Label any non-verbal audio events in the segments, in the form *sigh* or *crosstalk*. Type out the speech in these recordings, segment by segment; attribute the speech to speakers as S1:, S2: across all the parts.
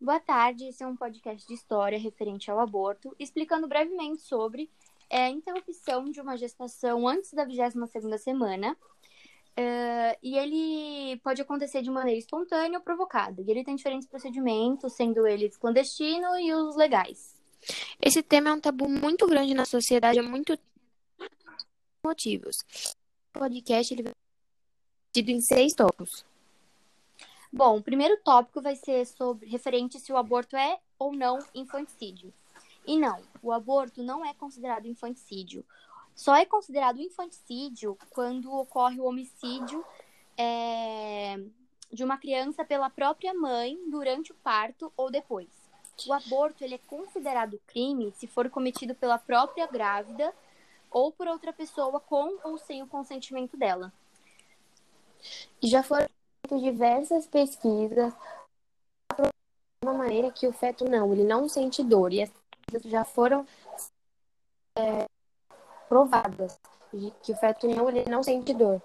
S1: Boa tarde, esse é um podcast de história referente ao aborto, explicando brevemente sobre é, a interrupção de uma gestação antes da 22ª semana. eh, e ele pode acontecer de maneira espontânea ou provocada. E ele tem diferentes procedimentos, sendo eles clandestino e os legais.
S2: Esse tema é um tabu muito grande na sociedade há muito motivos. O podcast ele vai ser dividido em seis tópicos.
S1: Bom, o primeiro tópico vai ser sobre referente se o aborto é ou não infanticídio. E não, o aborto não é considerado infanticídio. Só é considerado infanticídio quando ocorre o homicídio é, de uma criança pela própria mãe durante o parto ou depois. O aborto ele é considerado crime se for cometido pela própria grávida ou por outra pessoa com ou sem o consentimento dela.
S3: E já foram feitas diversas pesquisas de uma maneira que o feto não, ele não sente dor. E as pesquisas já foram é, provadas de que o feto não, ele não sente dor.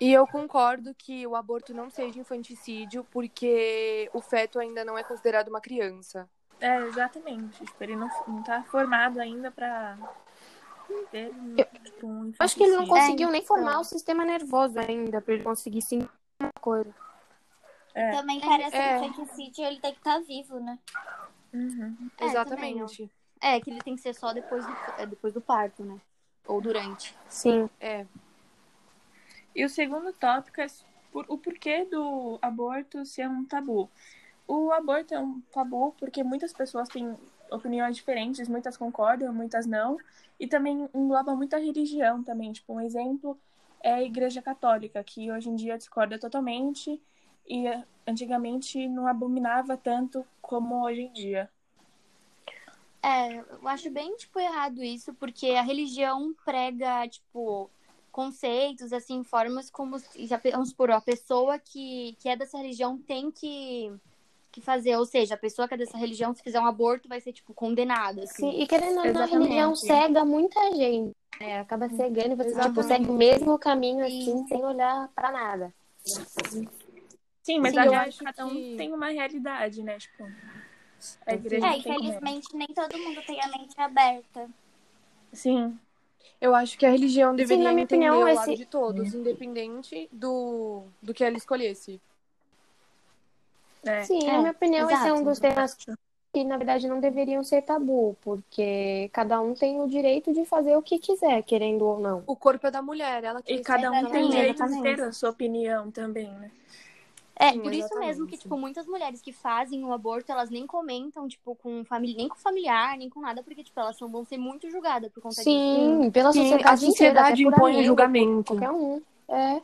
S4: E eu concordo que o aborto não seja infanticídio, porque o feto ainda não é considerado uma criança.
S5: É, exatamente. Tipo, ele não, não tá formado ainda pra ter tipo, um
S3: Acho que ele não
S5: infanticídio.
S3: conseguiu nem
S1: então.
S3: formar o sistema nervoso ainda, pra ele conseguir sentir uma coisa.
S5: É.
S6: Também parece
S4: É.
S6: que o infanticídio ele tem que estar vivo, né?
S5: Uhum.
S1: É,
S4: Exatamente.
S1: É, que ele tem que ser só depois do, é, depois do parto, né? Ou durante.
S3: Sim.
S4: É.
S5: E o segundo tópico é por- o porquê do aborto ser um tabu. O aborto é um tabu porque muitas pessoas têm opiniões diferentes, muitas concordam, muitas não, e também engloba muita religião também. Tipo, um exemplo é a Igreja Católica, que hoje em dia discorda totalmente e eh, antigamente não abominava tanto como hoje em dia.
S1: É, eu acho bem, tipo, errado isso, porque a religião prega, tipo, conceitos, assim, formas como, se- se a pe- vamos supor, a pessoa que, que é dessa religião tem que, que fazer, ou seja, a pessoa que é dessa religião, se fizer um aborto, vai ser, tipo, condenada, assim.
S3: Sim, e querendo ou não, a
S1: Exatamente.
S3: religião cega muita gente. né? acaba cegando e você tipo,
S4: Exatamente.
S3: segue o mesmo caminho assim,
S1: Sim.
S3: sem olhar pra nada.
S5: Sim, mas
S4: Sim,
S5: a
S4: eu
S5: real-
S4: acho
S5: cada um
S4: que-
S5: tem uma realidade, né? Tipo, a igreja
S6: É,
S5: não tem como.
S6: infelizmente nem todo mundo tem a mente aberta.
S5: é. Sim.
S4: Eu acho que a religião deveria
S3: na minha
S4: entender
S3: opinião,
S4: o
S3: esse-
S4: lado de todos, independente do, do que ela escolhesse.
S5: É.
S3: Sim,
S1: É,
S3: na minha opinião, esse é um
S1: exato.
S3: dos temas que, na verdade, não deveriam ser tabu, porque cada um tem o direito de fazer o que quiser, querendo ou não.
S4: O corpo é da mulher, ela que
S5: E cada um
S4: escolhe.
S5: tem
S1: Exatamente.
S5: direito de ter a sua opinião também, né?
S1: É,
S4: Sim,
S1: por isso mesmo que,
S4: exatamente.
S1: tipo, muitas mulheres que fazem o aborto, elas nem comentam, tipo, com família, nem com familiar, nem com nada, porque, tipo, elas são- vão ser muito julgadas por conta disso.
S3: Sim, pela
S4: Sim,
S3: sociedade,
S4: a sociedade
S3: inteira, até por
S4: impõe o
S5: né?
S3: amigo,
S4: julgamento.
S3: Qualquer um. É.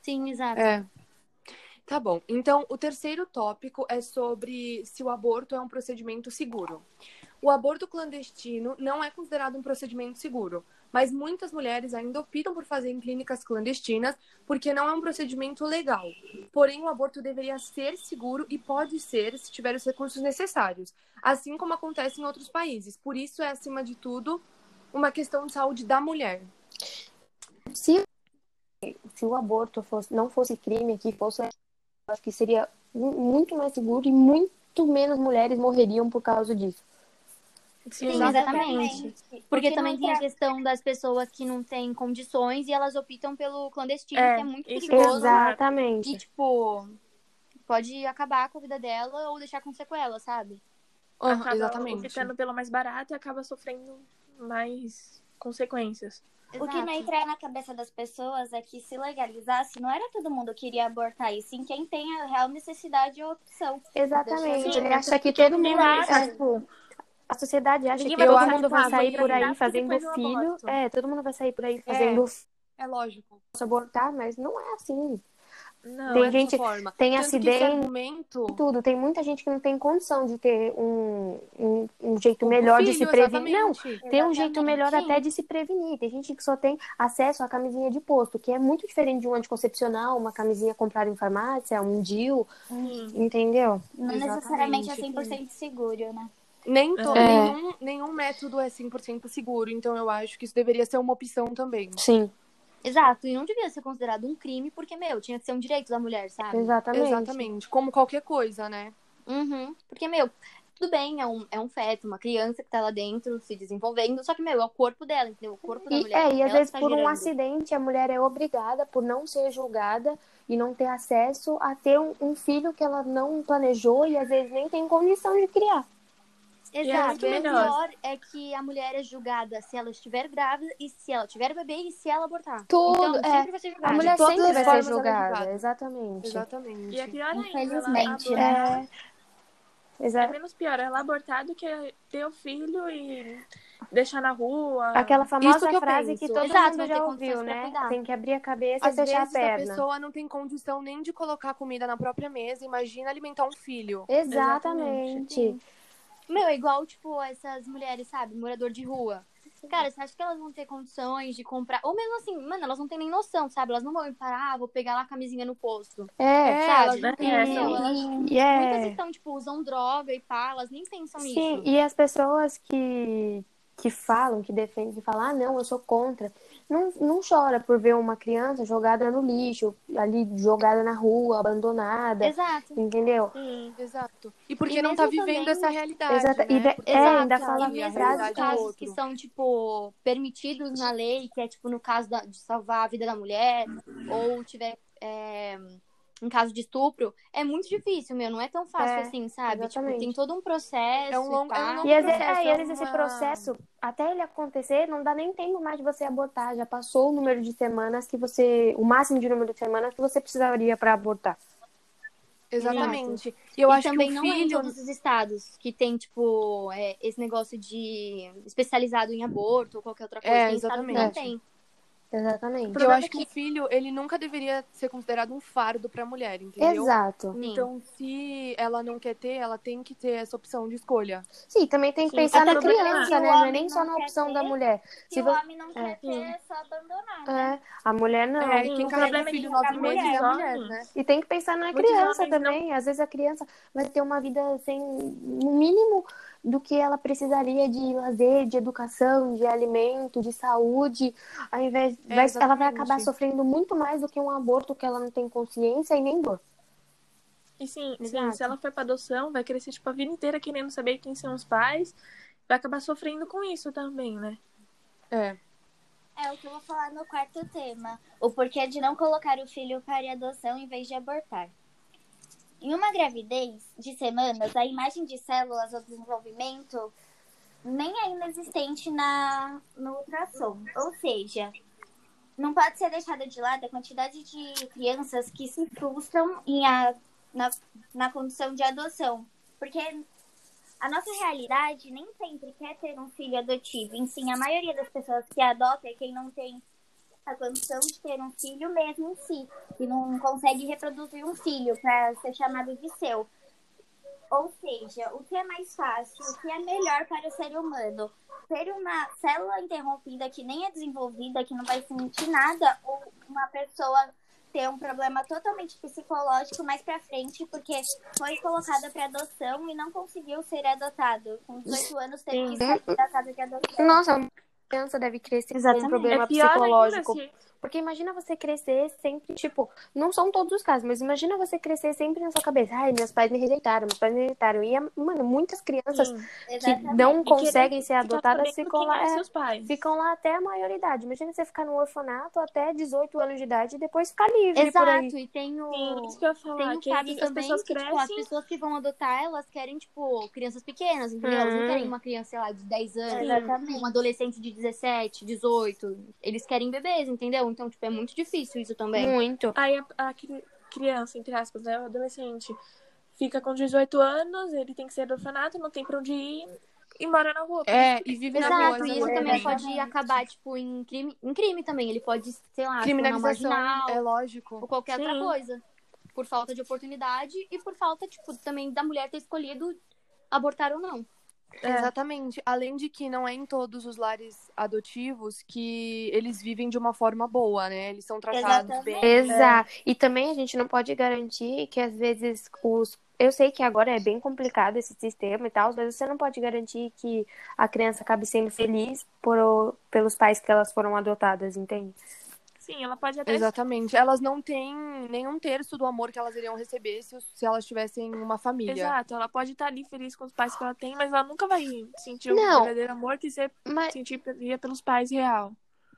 S1: Sim, exato.
S4: É. Tá bom. Então, o terceiro tópico é sobre se o aborto é um procedimento seguro. O aborto clandestino não é considerado um procedimento seguro, mas muitas mulheres ainda optam por fazer em clínicas clandestinas porque não é um procedimento legal. Porém, o aborto deveria ser seguro e pode ser se tiver os recursos necessários, assim como acontece em outros países. Por isso, é, acima de tudo, uma questão de saúde da mulher.
S3: Se, se o aborto fosse- não fosse crime aqui, fosse, eu acho que seria mu- muito mais seguro e muito menos mulheres morreriam por causa disso.
S1: Sim, exatamente. Porque, também
S6: não
S1: tem a
S6: quer-
S1: questão das pessoas que não têm condições e elas optam pelo clandestino,
S5: É,
S1: que é muito
S5: isso
S1: perigoso.
S5: mesmo.
S1: E,
S3: Exatamente.
S1: tipo, pode acabar com a vida dela ou deixar com sequela, sabe?
S4: Aham,
S5: acaba optando pelo mais barato e acaba sofrendo mais consequências.
S6: O que
S1: Exato.
S6: não entra na cabeça das pessoas é que se legalizasse, não era todo mundo que iria abortar, e sim quem tem a real necessidade ou opção.
S3: Exatamente.
S5: Sim,
S3: Ele acha que todo mundo.
S5: acha.
S3: é, tipo, a sociedade acha que
S5: Ninguém vai
S3: todo
S5: pensar,
S3: mundo
S5: tipo, ah,
S3: vai
S5: vou
S3: sair por
S5: engravidar
S3: aí
S5: porque
S3: fazendo
S5: depois eu
S3: filho.
S5: aborto.
S3: É, todo mundo vai sair por aí fazendo
S4: É lógico.
S3: posso abortar, mas não é assim.
S4: Não,
S3: Tem
S4: é dessa
S3: gente-
S4: forma.
S3: Tem
S4: Tanto que esse
S3: acidente,
S4: argumento
S3: tudo. Tem muita gente que não tem condição de ter um, um, um jeito
S4: do
S3: melhor de se
S4: filho,
S3: prevenir. Não,
S4: exatamente.
S3: tem um jeito melhor
S1: Exatamente.
S3: até de se prevenir. Tem gente que só tem acesso à camisinha de posto, que é muito diferente de um anticoncepcional, uma camisinha comprada em farmácia, um DIU, entendeu?
S6: Não
S4: Exatamente.
S6: necessariamente é 100% seguro, né?
S4: Nem to-
S3: É.
S4: nenhum, nenhum método é 100% seguro, então eu acho que isso deveria ser uma opção também.
S3: Sim,
S1: Exato. E não devia ser considerado um crime, porque, meu, tinha que ser um direito da mulher, sabe?
S3: exatamente.
S4: Exatamente. Como qualquer coisa, né?
S1: Uhum. Porque, meu, tudo bem, é um, é um feto, uma criança que tá lá dentro se desenvolvendo, só que, meu, é o corpo dela, entendeu? O corpo da
S3: E,
S1: mulher.
S3: é, e às
S1: ela
S3: vezes
S1: tá
S3: por um
S1: gerando.
S3: acidente a mulher é obrigada, por não ser julgada e não ter acesso a ter um, um filho que ela não planejou e às vezes nem tem condição de criar.
S5: é
S1: Exato.
S5: muito
S1: E o
S5: melhor.
S1: pior é que a mulher é julgada se ela estiver grávida e se ela tiver bebê e se ela abortar.
S3: Tudo,
S1: então,
S3: é.
S1: sempre vai ser
S3: A
S1: julgada.
S3: mulher
S4: todas
S3: sempre
S4: as
S3: vai ser
S4: formas
S3: julgada,
S4: ela é julgada.
S3: exatamente.
S4: Exatamente.
S5: E é pior ainda.
S6: Infelizmente,
S5: ela
S6: né?
S5: abortar- É
S3: Exa-
S5: menos pior ela abortar do que ter o filho e deixar na rua.
S3: Aquela famosa
S4: que eu
S3: frase que
S4: penso.
S3: todo
S1: Exato,
S3: mundo
S1: não
S3: já
S1: tem
S3: ouviu,
S1: condições pra
S3: né?
S1: cuidar.
S3: Tem que abrir a cabeça
S4: Às
S3: e fechar
S4: vezes
S3: a
S4: a,
S3: perna.
S4: pessoa não tem condição nem de colocar comida na própria mesa, imagina alimentar um filho.
S3: Exatamente.
S1: Meu, é igual, tipo, essas mulheres, sabe, morador de rua. Cara, você acha que elas vão ter condições de comprar? Ou mesmo assim, mano, elas não têm nem noção, sabe? Elas não vão ir parar, ah, vou pegar lá a camisinha no posto.
S3: É,
S1: sabe?
S5: né?
S1: Meu,
S5: É,
S1: elas-
S3: e é-
S1: Muitas que estão, tipo, usam droga e pá, elas nem pensam
S3: Sim,
S1: nisso.
S3: e as pessoas que, que falam, que defendem, que falam, ah, não, eu sou contra, não, não chora por ver uma criança jogada no lixo, ali jogada na rua, abandonada,
S1: Exato.
S3: entendeu?
S4: Exato. E porque
S1: E
S4: não tá
S1: mesmo
S4: vivendo
S1: também-
S4: essa realidade,
S3: Exata-
S4: né?
S3: e de-
S4: Porque
S3: é,
S4: ela
S3: ainda
S4: sabe
S3: fala
S4: a
S1: e mesmo
S3: frases
S1: os
S4: realidade do
S1: casos
S4: outro.
S1: que são, tipo, permitidos na lei, que é, tipo, no caso da- de salvar a vida da mulher, ou tiver, é, em caso de estupro, é muito difícil, meu, não é tão fácil
S3: É,
S1: assim, sabe?
S3: exatamente.
S1: Tipo, tem todo um processo
S4: É um longo-
S1: e pá.
S4: é um longo
S3: E às vezes,
S4: processo,
S3: é, e
S4: é
S3: às vezes esse
S4: uma-
S3: processo, até ele acontecer, não dá nem tempo mais de você abortar, já passou o número de semanas que você, o máximo de número de semanas que você precisaria para abortar.
S4: Exatamente. E eu
S1: e
S4: acho que
S1: também
S4: o
S1: não é em
S4: filho
S1: todos os estados que tem, tipo, é, esse negócio de especializado em aborto ou qualquer outra coisa.
S4: É,
S1: tem estado que não
S4: exatamente.
S1: tem.
S4: O
S3: Exatamente.
S4: problema
S5: acho
S4: é que o filho, ele nunca deveria ser considerado um fardo pra mulher, entendeu?
S3: Exato.
S1: Sim.
S5: um
S4: Então, se ela não quer ter, ela tem que ter essa opção de escolha.
S3: Sim, também tem que
S5: Sim,
S3: pensar
S5: até
S3: na
S5: porque
S6: se
S3: criança, né?
S6: o
S3: Não é
S6: homem
S3: nem só
S6: não
S3: na
S6: quer
S3: opção da
S6: ter,
S3: mulher.
S6: Se,
S3: Se
S6: o
S3: vo-
S6: homem não quer ter, é só abandonar, né?
S3: É, a mulher não.
S4: É, e quem
S5: o
S4: carrega o
S5: problema é que
S4: filho
S5: tá
S4: nove meses é a
S5: mulher.
S4: mulher, né?
S3: E tem que pensar na
S5: Muitos
S3: criança
S5: homens não-
S3: também. Às vezes a criança vai ter uma vida sem no mínimo do que ela precisaria de lazer, de educação, de alimento, de saúde. Ao invés, vai- ela
S4: É,
S3: vai
S4: exatamente.
S3: acabar sofrendo muito mais do que um aborto que ela não tem consciência e nem dor.
S5: E sim, sim,
S3: Exato.
S5: se ela for pra adoção, vai crescer tipo, a vida inteira querendo saber quem são os pais. Vai acabar sofrendo com isso também, né?
S4: É.
S6: É o que eu vou falar no quarto tema. O porquê de não colocar o filho para adoção em vez de abortar. Em uma gravidez de semanas, a imagem de células ou desenvolvimento nem ainda existente na, no ultrassom. Ou seja, não pode ser deixada de lado a quantidade de crianças que se frustram em a, na, na condição de adoção. Porque a nossa realidade nem sempre quer ter um filho adotivo. E sim, a maioria das pessoas que adota é quem não tem a condição de ter um filho mesmo em si, que não consegue reproduzir um filho para ser chamado de seu. Ou seja, o que é mais fácil, o que é melhor para o ser humano? Ter uma célula interrompida que nem é desenvolvida, que não vai sentir nada, ou uma pessoa ter um problema totalmente psicológico mais pra frente, porque foi colocada para adoção e não conseguiu ser adotado. Com 18 anos teve que sair da casa de adoção.
S3: Nossa, uma criança deve crescer com um
S1: Exatamente.
S3: problema
S5: é pior
S3: psicológico.
S5: ainda se...
S3: Porque imagina você crescer sempre, tipo, não são todos os casos, mas imagina você crescer sempre na sua cabeça. Ai, meus pais me rejeitaram, meus pais me rejeitaram. E, mano, muitas crianças que não conseguem ser
S5: ficar
S3: adotadas
S5: sabendo
S3: ficam
S5: quem
S3: lá,
S5: eram
S3: é,
S5: seus pais.
S3: ficam lá até a maioridade. Imagina você ficar num orfanato até 18 anos de idade e depois ficar livre Tipo, por aí.
S1: Exato, e tem o.
S5: Sim, isso que eu ia falar.
S1: Tem um
S5: que
S1: fato
S5: eles- as
S1: também
S5: pessoas
S1: que,
S5: crescem.
S1: tipo, as pessoas que vão adotar, elas querem, tipo, crianças pequenas, entendeu? Elas não
S3: Hum.
S1: querem
S5: Uhum.
S1: uma criança, sei lá, de 10 anos,
S6: Exatamente.
S1: um adolescente de 17, 18. Eles querem bebês, entendeu? Então, tipo, é muito difícil isso
S5: Hum.
S1: também. Uhum.
S3: Muito.
S5: Aí a, a cri- criança, entre aspas, né, o adolescente, fica com 18 anos, ele tem que ser do orfanato, não tem pra onde ir e mora na rua.
S4: É, e vive na
S1: Exato,
S4: rua.
S1: e
S4: né?
S1: isso
S6: coisa,
S5: é
S1: também é
S6: né?
S1: pode acabar, tipo, em crime, em crime também. Ele pode, sei lá, tornar um
S4: Criminalização,
S1: marginal
S4: é lógico.
S1: ou qualquer outra
S5: Sim.
S1: coisa. Por falta de oportunidade e por falta, tipo, também da mulher ter escolhido abortar ou não.
S4: Exatamente. Além de que não é em todos os lares adotivos que eles vivem de uma forma boa, né? Eles são tratados
S1: É.
S6: Exatamente.
S4: bem.
S3: Exato. E também a gente não pode garantir que às vezes os. Eu sei que agora é bem complicado esse sistema e tal, mas você não pode garantir que a criança acabe sendo feliz por, pelos pais que elas foram adotadas, entende?
S5: assim, ela pode até
S4: Exatamente. Elas não têm nenhum terço do amor que elas iriam receber se, se elas tivessem uma família.
S5: Exato, ela pode estar ali feliz com os pais que ela tem, mas ela nunca vai sentir o
S3: Não.
S5: verdadeiro amor que você
S3: Mas,
S5: sentiria pelos pais real.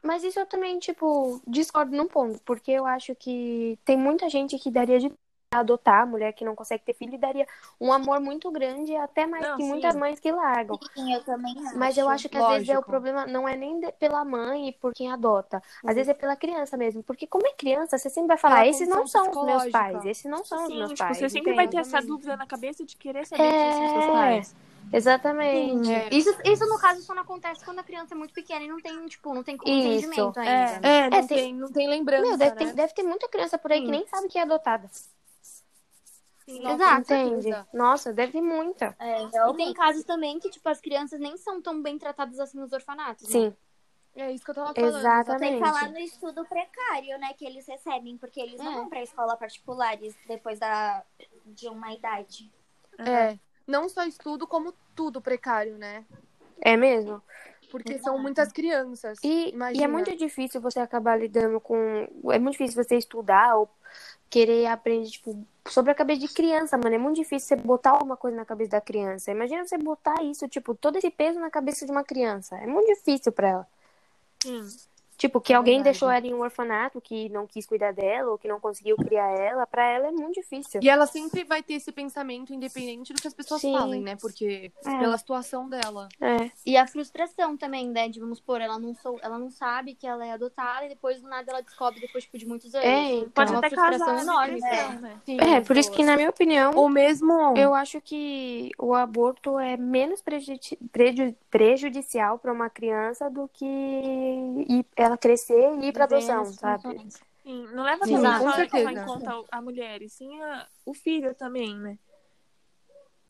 S3: mas isso eu também, tipo, discordo num ponto, porque eu acho que tem muita gente que daria de adotar a mulher que não consegue ter filho e daria um amor muito grande, até mais
S5: Não,
S3: que
S5: sim.
S3: muitas mães que largam.
S6: Sim, eu também acho.
S3: Mas eu acho que às vezes é o
S4: Lógico.
S3: problema não é nem de- pela mãe e por quem adota.
S5: Uhum.
S3: Às vezes é pela criança mesmo. Porque como é criança, você sempre vai falar,
S4: Pela
S3: esses não
S4: condição
S3: são os meus
S4: psicológica.
S3: pais, esses não são os
S5: Sim,
S3: meus
S5: tipo,
S3: pais.
S5: você sempre vai ter
S3: entende?
S5: essa dúvida na cabeça de querer saber quem são seus
S3: É.
S5: pais.
S3: Exatamente.
S4: É.
S1: Isso, isso, no caso, só não acontece quando a criança é muito pequena e não tem, tipo, não tem
S3: Isso.
S1: entendimento ainda.
S5: É,
S4: não,
S3: É, tem-
S4: tem, não tem lembrança.
S3: Meu, deve, ter,
S4: né?
S3: deve ter muita criança por aí que
S5: Hum.
S3: nem sabe que é adotada.
S1: Exato.
S3: entende? Nossa, deve ter muita.
S6: É,
S1: E tem casos também que, tipo, as crianças nem são tão bem tratadas assim nos orfanatos. né?
S3: Sim,
S4: É isso que eu tava falando.
S3: exatamente.
S6: Sem falar no estudo precário, né, que eles recebem, porque eles não
S1: É.
S6: vão pra escola particulares depois da, de uma idade.
S4: É. Não só estudo, como tudo precário, né?
S3: É mesmo?
S4: Porque são muitas crianças.
S3: E, e
S4: Imagina.
S3: é muito difícil você acabar lidando com. É muito difícil você estudar ou querer aprender, tipo, sobre a cabeça de criança, mano. É muito difícil você botar alguma coisa na cabeça da criança. Imagina você botar isso, tipo, todo esse peso na cabeça de uma criança. É muito difícil pra ela. Tipo, que alguém
S4: verdade.
S3: deixou ela em um orfanato, que não quis cuidar dela ou que não conseguiu criar ela, pra ela é muito difícil.
S4: E ela sempre vai ter esse pensamento independente do que as pessoas
S3: Sim.
S4: falem, né? Porque pela situação dela.
S3: É,
S1: E a frustração também, né? De, vamos supor, ela não, sou, ela não sabe que ela é adotada e depois do nada ela descobre depois, tipo, de muitos anos.
S3: É, então.
S5: Pode
S1: É uma
S5: até né?
S1: frustração
S5: causar
S1: enorme,
S5: depressão, né?
S3: é por isso que, na minha opinião,
S4: O mesmo.
S3: Eu acho que o aborto é menos prejudici- preju- prejudicial para uma criança do que ir- ela crescer e ir para adoção, sabe?
S5: Sim, não leva
S4: Sim,
S5: também
S4: com
S5: só levar em
S4: certeza.
S5: conta a mulher, e sim a- o filho também, né?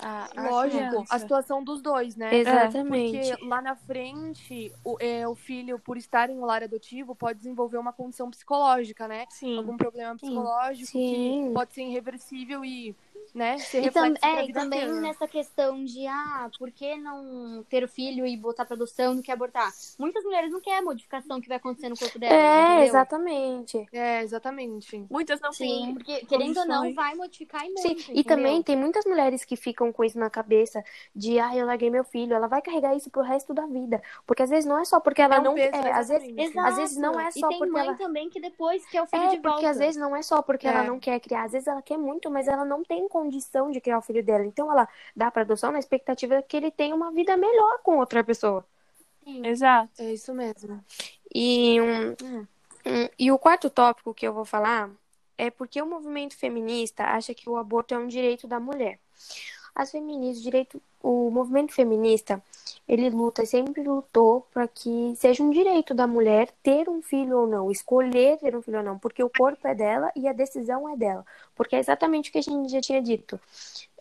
S5: A- a
S4: Lógico,
S5: criança.
S4: a situação dos dois, né?
S3: Exatamente.
S4: Porque lá na frente, o, é, o filho, por estar em um lar adotivo, pode desenvolver uma condição psicológica, né?
S5: Sim.
S4: Algum problema psicológico
S3: Sim.
S4: que pode ser irreversível e, né, ser
S1: E, tam
S4: reflexo pra
S1: é, e
S4: vida
S1: também
S3: né,
S4: inteira.
S1: nessa questão de, ah, por que não ter o filho e botar pra adoção, não quer abortar? Muitas mulheres não querem a modificação que vai acontecer no corpo dela.
S3: É,
S1: entendeu?
S3: exatamente.
S4: É, exatamente.
S5: Muitas não
S1: Sim,
S5: têm.
S1: porque querendo ou não,
S5: Condições.
S1: vai modificar e muito.
S3: Sim, e
S1: entendeu?
S3: também tem muitas mulheres que ficam com isso na cabeça de, ah, eu larguei meu filho, ela vai carregar isso pro resto da vida. Porque às vezes não é só porque ela
S4: É um
S3: não.
S4: peso,
S3: é, às vezes
S4: exatamente.
S1: Exato.
S3: Às vezes não é só
S1: e tem
S3: porque
S1: mãe
S3: ela-
S1: também que depois quer o filho
S3: É,
S1: de volta.
S3: porque às vezes não é só porque ela
S4: É.
S3: não quer criar, às vezes ela quer muito, mas ela não tem condição de criar o filho dela. Então ela dá para adoção na expectativa que ele tenha uma vida melhor com outra pessoa.
S5: Exato.
S4: É isso mesmo.
S3: E, um-
S1: Hum.
S3: um- e o quarto tópico que eu vou falar é porque o movimento feminista acha que o aborto é um direito da mulher. As feministas, o direito, o movimento feminista, ele luta, sempre lutou para que seja um direito da mulher ter um filho ou não, escolher ter um filho ou não, porque o corpo é dela e a decisão é dela. Porque é exatamente o que a gente já tinha dito.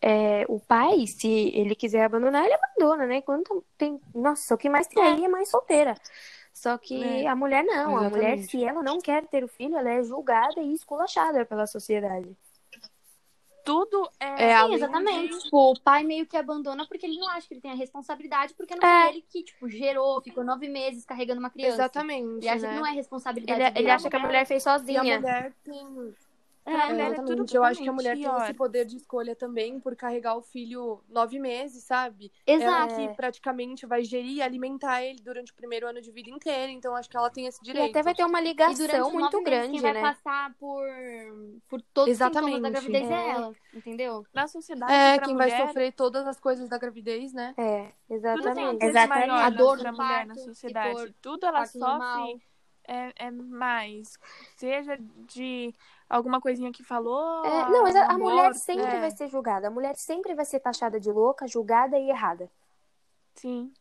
S3: É, o pai, se ele quiser abandonar, ele abandona, né? Quando tem. Nossa, o que mais tem aí é mãe solteira. Só que
S5: É.
S3: a mulher não. A mulher,
S4: Exatamente.
S3: se ela não quer ter o filho, ela é julgada e esculachada pela sociedade.
S5: Tudo é.
S4: É,
S1: Sim,
S4: além
S1: exatamente. Tipo, o pai meio que abandona porque ele não acha que ele tem a responsabilidade, porque não
S3: É.
S1: foi ele que, tipo, gerou, ficou nove meses carregando uma
S4: de-
S1: criança.
S4: Exatamente,
S1: Ele acha
S4: né?
S1: que não é responsabilidade
S3: Ele,
S1: dele.
S3: ele acha que a mulher fez
S4: E a
S3: sozinha.
S4: mulher tem...
S5: pra
S4: É,
S5: mulher é
S4: exatamente.
S5: tudo
S4: Eu acho que a
S5: totalmente
S4: mulher tem
S5: pior.
S4: esse poder de escolha também por carregar o filho nove meses, sabe?
S1: Exato.
S3: é
S4: Ela é que praticamente vai gerir e alimentar ele durante o primeiro ano de vida inteiro. Então, acho que ela tem esse
S3: E
S4: direito.
S3: até vai ter uma
S1: E durante
S3: ligação
S1: os
S3: muito
S1: nove meses,
S3: grande,
S1: quem vai
S3: né?
S1: passar por, por todos os sintomas da
S4: Exatamente.
S1: gravidez é.
S3: É.
S1: ela, entendeu?
S5: Na sociedade,
S4: É,
S5: pra
S4: quem
S5: mulher,
S4: vai sofrer todas as coisas da gravidez, né?
S3: É,
S5: Tudo tem um
S3: exatamente.
S5: peso
S1: Exatamente.
S5: maior
S1: A dor
S5: na- na
S1: do
S5: mulher na
S1: parto, se
S5: sociedade.
S1: for
S5: tudo ela
S1: parto normal.
S5: sofre é, é mais. Seja de alguma coisinha que falou.
S3: É, não, mas a, a
S5: um
S3: mulher
S5: aborto,
S3: sempre
S5: é.
S3: vai ser julgada. A mulher sempre vai ser taxada de louca, julgada e errada.
S5: Sim.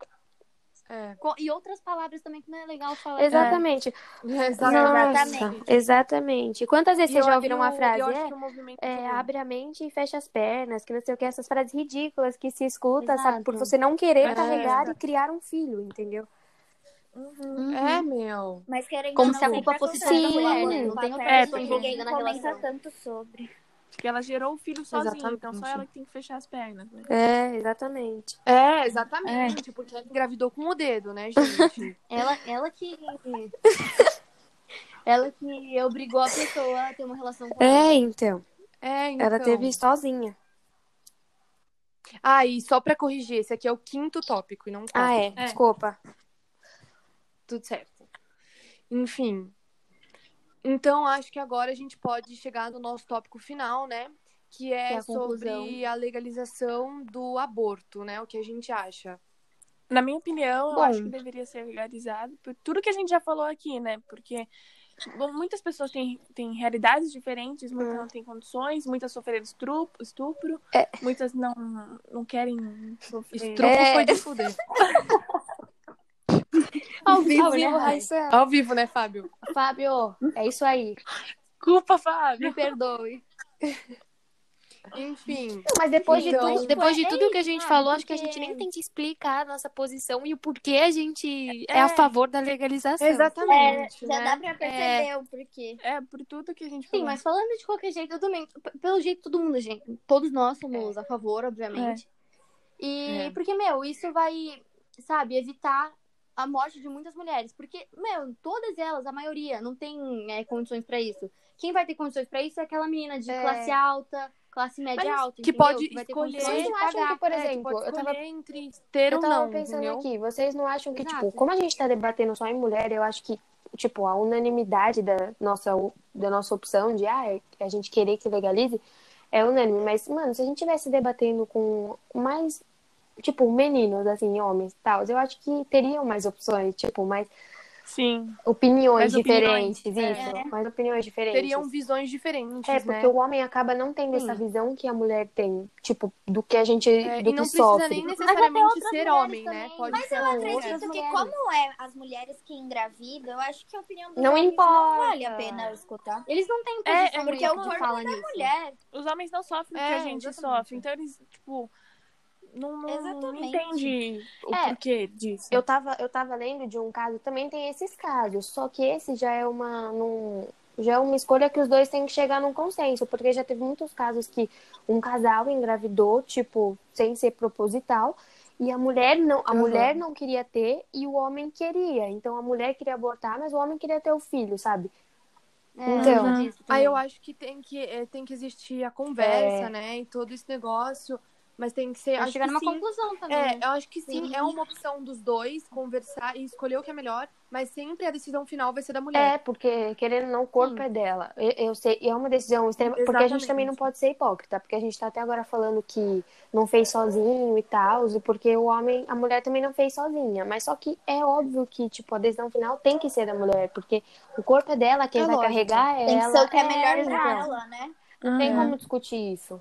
S4: É.
S1: Co- E outras palavras também que não é legal falar.
S3: Exatamente.
S4: *laughs*
S3: Nossa,
S6: Exatamente.
S3: exatamente. Quantas vezes
S4: E
S3: vocês
S4: eu-
S3: já ouviram
S4: e
S3: a
S4: o-
S3: frase?
S4: Eu acho
S3: É,
S4: que o movimento
S3: é,
S4: feminista-
S3: abre a mente e fecha as pernas, que não sei o que, essas frases ridículas que se escuta, sabe?
S1: Exato.
S3: Por você não querer
S4: É.
S3: carregar e criar um filho, entendeu?
S4: É, meu.
S6: Mas querendo
S1: Como
S6: ou não,
S1: se a culpa
S6: sempre
S1: fosse
S6: acontece
S3: toda
S6: com
S3: mulher,
S6: ela,
S3: né?
S6: com
S1: Não tem
S6: o
S1: outra
S6: papel,
S5: pessoa
S6: e
S1: envolvida
S6: Ninguém
S1: na
S6: comenta
S1: relação.
S6: tanto sobre.
S5: Porque ela gerou o filho sozinha, então só
S4: Exatamente.
S5: ela que tem que fechar as pernas. Né?
S3: É, exatamente.
S4: É, exatamente. Porque
S6: *laughs*
S4: ela engravidou com o dedo, né, gente?
S1: Ela, ela que. É, Ela que obrigou a pessoa a ter uma relação com ela.
S2: É, então.
S4: É, então.
S2: Ela teve sozinha.
S4: Ah, e só pra corrigir, esse aqui é o quinto tópico e não o quarto.
S2: Ah, é.
S5: É.
S2: Desculpa.
S4: Tudo certo. Enfim. Então, acho que agora a gente pode chegar no nosso tópico final, né? Que é,
S1: Que é a
S4: sobre
S1: conclusão.
S4: a legalização do aborto, né? O que a gente acha.
S5: Na minha opinião,
S1: Bom.
S5: eu acho que deveria ser legalizado por tudo que a gente já falou aqui, né? Porque bom, muitas pessoas têm, têm realidades diferentes, muitas não têm condições, muitas sofreram estupro, estupro muitas não, não querem sofrer.
S4: Estrupo
S2: É.
S4: foi um de *laughs* fuder.
S1: Ao vivo,
S2: Ao vivo,
S1: né, Rai?
S3: é.
S2: Raíssa.
S4: Ao vivo, né, Fábio?
S1: Fábio, é isso aí.
S5: Desculpa, Fábio!
S1: Me perdoe.
S4: Enfim.
S6: Mas depois
S4: de Então, tudo,
S6: depois
S7: de
S3: é
S7: tudo que a
S3: Ah,
S7: gente falou, acho que a gente nem tem que explicar a nossa posição e o porquê a gente é, a favor da legalização.
S4: Exatamente.
S3: É,
S6: Já
S4: né?
S6: dá pra perceber o porquê.
S5: É, por tudo que a gente
S1: Sim,
S5: falou.
S1: mas falando de qualquer jeito, eu também. p- Pelo jeito, todo mundo, gente. Todos nós somos a favor, obviamente. E
S4: É.
S1: porque, meu, isso vai, sabe, evitar a morte de muitas mulheres. Porque, meu, todas elas, a maioria, não tem é, condições pra isso. Quem vai ter condições pra isso é aquela menina de classe alta, classe média
S4: Mas
S1: alta.
S4: que
S1: entendeu?
S4: pode
S1: vai ter
S4: escolher.
S1: condições de
S3: Vocês não acham
S1: pagar.
S3: que, por
S4: É, que
S3: exemplo,
S4: pode
S3: eu tava
S4: escolher entre ter
S3: Eu
S4: ou
S3: tava
S4: não,
S3: pensando
S4: entendeu?
S3: aqui, vocês não acham que,
S1: Exato.
S3: tipo, como a gente tá debatendo só em mulher, eu acho que, tipo, a unanimidade da nossa, da nossa opção de, ah, é- a gente querer que legalize, é unânime. Mas, mano, se a gente tivesse debatendo com mais, tipo, meninos, assim, homens e tal, eu acho que teriam mais opções, tipo, mais
S5: Sim.
S3: opiniões
S5: Mais opiniões,
S3: diferentes, isso.
S7: é.
S3: Mais opiniões diferentes.
S4: Teriam visões diferentes,
S3: É, porque
S4: né?
S3: o homem acaba não tendo essa visão que a mulher tem, tipo, do que a gente,
S4: É,
S3: do
S4: e não
S3: que
S4: precisa
S3: sofre.
S4: nem
S1: Mas
S4: necessariamente
S1: até outras
S4: ser
S1: mulheres
S4: homem, né?
S1: também.
S4: Pode
S1: Mas assim.
S4: ser
S6: Eu
S4: outras
S6: acredito que,
S4: mulheres.
S6: como é as mulheres que engravidam, eu acho que a opinião do
S3: Não
S6: homem
S3: importa.
S6: não vale a pena eu escutar.
S1: Eles não têm posição
S5: É, é
S1: muito
S5: porque
S6: é o
S1: que
S6: corpo
S1: fala nisso.
S6: Mulher,
S5: Os homens não sofrem o que
S4: É,
S5: a gente
S4: exatamente.
S5: sofre. Então eles, tipo, não, não, não
S6: Exatamente.
S5: entendem o
S3: É.
S5: porquê disso.
S3: Eu tava, eu tava lendo de um caso, também tem esses casos, só que esse já é uma, num- já é uma escolha que os dois têm que chegar num consenso, porque já teve muitos casos que um casal engravidou, tipo, sem ser proposital, e a mulher não, a mulher não queria ter e o homem queria. Então a mulher queria abortar, mas o homem queria ter o filho, sabe?
S1: É,
S3: Então,
S1: eu disse
S4: Aí
S1: também.
S4: Ah, eu acho que tem que, é, tem que existir a conversa, né? E todo esse negócio. Mas tem que ser.
S1: É. Vai
S4: Acho
S1: chegar
S4: que
S1: numa
S4: sim.
S1: Tá conclusão também.
S4: É,
S1: né?
S4: eu acho que sim, é uma opção dos dois conversar e escolher o que é melhor, mas sempre a decisão final vai ser da mulher.
S3: É, porque querendo ou não, o corpo é dela. Eu, eu sei, e é uma decisão extrema, porque a gente
S4: Exatamente.
S3: também não pode ser hipócrita, porque a gente tá até agora falando que não fez sozinho e tal, e porque o homem, a mulher também não fez sozinha, mas só que é óbvio que, tipo, a decisão final tem que ser da mulher, porque o corpo é dela, quem
S4: É
S3: vai
S4: lógico.
S3: carregar é
S6: tem que
S3: ela.
S6: ser o que é melhor pra
S3: então.
S6: ela, né?
S3: Não tem
S5: Uhum.
S3: como discutir isso.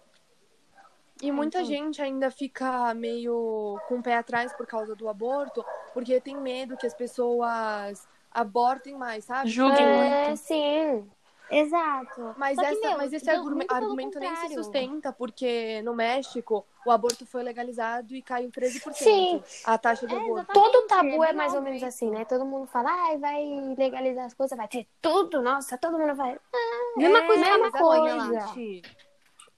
S1: É,
S4: E muita gente ainda fica meio com o pé atrás por causa do aborto, porque tem medo que as pessoas abortem mais, sabe?
S5: Julguem muito.
S3: É, sim.
S6: Exato.
S4: Mas,
S1: Só que,
S4: essa-
S1: meu,
S4: mas esse
S1: deu
S4: argume-
S1: muito pelo
S4: argumento nem se
S1: contrário.
S4: sustenta, porque no México o aborto foi legalizado e caiu 13%
S3: Sim. É,
S4: a taxa de aborto.
S3: Todo tabu é mais ou menos assim, né? Todo mundo fala, ai, vai legalizar as coisas, vai ter tudo, nossa, todo mundo vai.
S4: Mesma
S3: coisa, mesma coisa.
S4: exatamente.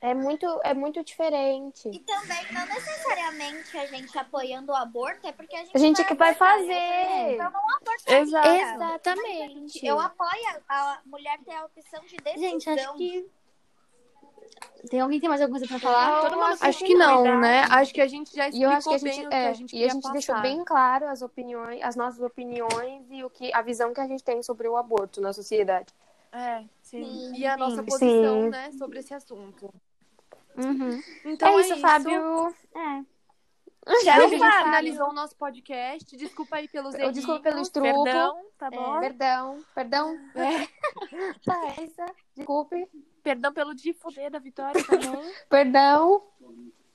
S3: É muito, é muito diferente.
S6: E também, não necessariamente a gente apoiando o aborto, é porque a gente,
S3: A gente que vai
S6: abortar,
S3: fazer.
S6: Então não aborta
S5: Exato.
S7: Exatamente.
S6: Eu apoio a, a mulher ter a opção de decisão.
S1: Gente, acho que. Tem alguém que tem mais alguma coisa pra falar? Todo mundo
S4: Acho que não, né? Acho que a gente já
S3: E eu
S4: explicou
S3: acho que a
S4: bem
S3: gente,
S4: o que
S3: é,
S4: a gente
S3: e a
S4: queria
S3: gente
S4: passar.
S3: deixou bem claro as opiniões, as nossas opiniões e o que a visão que a gente tem sobre o aborto na sociedade.
S5: É, sim.
S4: E a nossa
S1: Sim.
S4: posição,
S3: Sim.
S4: né, sobre esse assunto.
S1: Uhum.
S4: Então
S3: é isso, Fábio.
S4: Hoje a gente finalizou o nosso podcast. Desculpa aí pelos
S3: Eu desculpa pelo
S4: errinhos.
S3: estrupo.
S5: Perdão, tá bom?
S3: É, Perdão, perdão.
S4: É.
S3: *laughs* Thaisa, desculpe.
S5: Perdão pelo de fuder da Vitória também. Tá
S3: Perdão.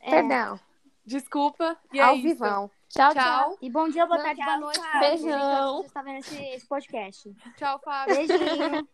S3: Perdão.
S4: Desculpa. É. E é
S3: Ao
S4: isso.
S3: vivão. Tchau, tchau.
S4: Tchau.
S1: E bom dia, boa tarde, boa
S6: tchau,
S1: noite.
S6: tchau.
S1: pra vocês que
S3: Beijão.
S1: Vocês estão vendo esse, esse podcast.
S4: Tchau, Fábio.
S1: Beijinho.